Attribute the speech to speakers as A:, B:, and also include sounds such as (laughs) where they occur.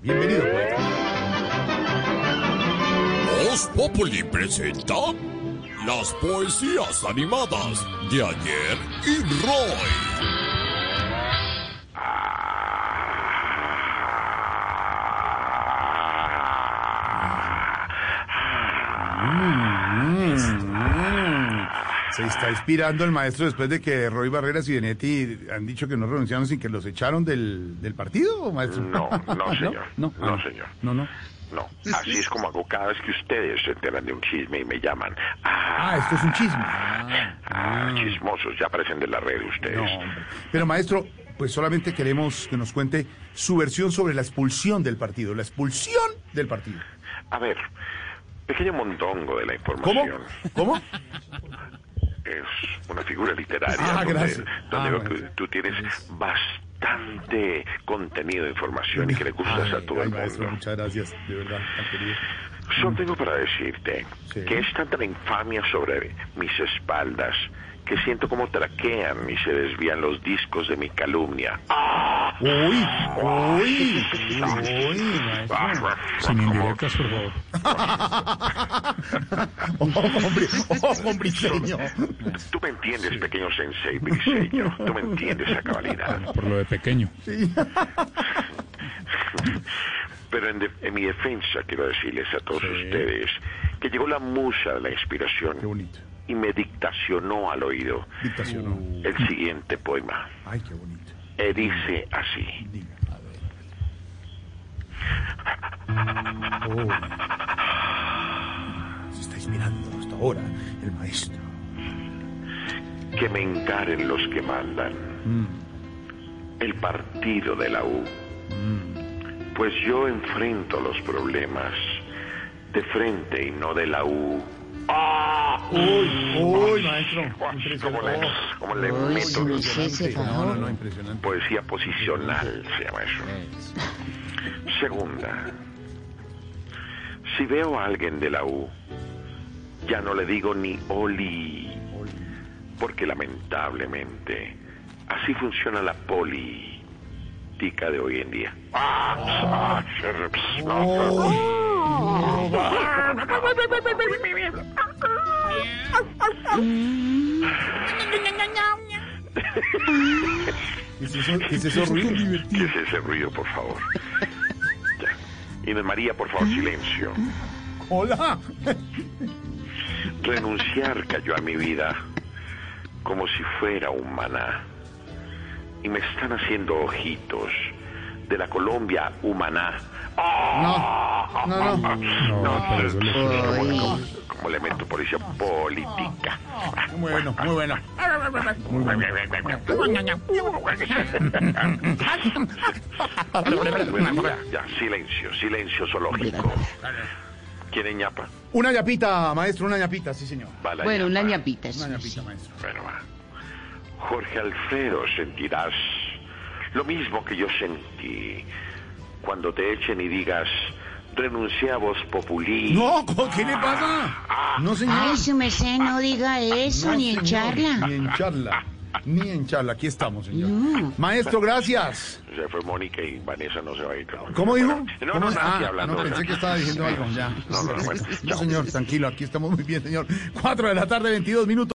A: Bienvenido, poeta.
B: Voz Populi presenta las poesías animadas de ayer y Roy.
A: Se está inspirando el maestro después de que Roy Barreras y Benetti han dicho que no renunciaron sin que los echaron del, del partido, maestro.
C: No, no, señor.
A: (laughs) No,
C: No, señor.
A: No, no.
C: No, así es como hago cada vez que ustedes se enteran de un chisme y me llaman. Ah,
A: Ah, esto es un chisme.
C: ah, chismosos, ya aparecen de la red ustedes.
A: No, hombre. Pero maestro, pues solamente queremos que nos cuente su versión sobre la expulsión del partido, la expulsión del partido.
C: A ver, pequeño mondongo de la
A: ¿Cómo?
C: información.
A: ¿Cómo?
C: Es una figura literaria
A: Ah,
C: donde,
A: gracias.
C: donde
A: Ah,
C: veo que
A: gracias.
C: tú tienes bastante contenido de información y que le gustas (laughs) a todo
A: Ay,
C: el
A: maestro,
C: mundo.
A: muchas gracias, de verdad, tan querido.
C: Solo tengo para decirte
A: Sí.
C: que es tanta la infamia sobre mis espaldas que siento como traquean y se desvían los discos de mi calumnia.
A: Uy, uy, uy, maestro.
D: Sin indirectas, por favor.
A: (laughs) Oh, hombre, oh, hombriseño.
C: Tú me entiendes, pequeño sensei briseño. Tú me entiendes a cabalidad.
D: Por lo de pequeño.
C: Pero en, de- en mi defensa quiero decirles a todos ustedes que llegó la musa de la inspiración
A: Qué bonito.
C: y me dictacionó al oído
A: Dictacionó.
C: el siguiente poema.
A: Uh. Ay, qué bonito.
C: Eh, dice así.
A: Diga. Oh. Se está inspirando hasta ahora el maestro.
C: Que me encaren los que mandan. El partido de la U. Pues yo enfrento los problemas de frente y no de la U. ¡Ah!
A: Uy, uy, maestro.
C: Como le, como le meto
A: No, no, no, impresionante.
C: poesía posicional, se llama eso. Segunda, si veo a alguien de la U, ya no le digo ni Oli, porque lamentablemente así funciona la política de hoy en día.
A: ¿Qué es eso, qué es eso ruido?
C: ¿Qué es ese ruido, por favor? Ya. Inés María, por favor, silencio.
A: Hola.
C: Renunciar cayó a mi vida como si fuera un maná. Y me están haciendo ojitos de la Colombia humaná.
A: No, no, no.
C: No,
D: pero eso le-
C: como, como- como elemento policía política.
A: Muy bueno, muy bueno.
C: Ya, silencio, silencio zoológico. ¿Quieren ñapa?
A: Una ñapita, maestro, una ñapita, sí, señor.
C: Va la
E: Bueno, una
C: ñapa.
E: ñapita.
A: Una
E: eso sí.
A: ñapita, maestro.
C: Bueno, va. Jorge Alfredo, sentirás lo mismo que yo sentí cuando te echen y digas, renuncié a vos populí.
A: No, ¿cómo- ¿qué le pasa? No, señor.
E: Ah. Ay, su merced, no diga eso,
A: Ah, No,
E: ni en
A: señor, Ni
E: charla.
A: en charla. Ni en charla. Aquí estamos, señor.
E: No.
A: Maestro, gracias.
C: Se fue Mónica y Vanessa no se va a ir. ¿no?
A: ¿Cómo dijo?
C: No,
A: ¿Cómo
C: no,
A: es?
C: nada, aquí
A: Ah,
C: hablando.
A: no, pensé que estaba diciendo algo. Ya.
C: No, no, no, bueno,
A: No, señor, tranquilo. Aquí estamos muy bien, señor. Cuatro de la tarde, 22 minutos.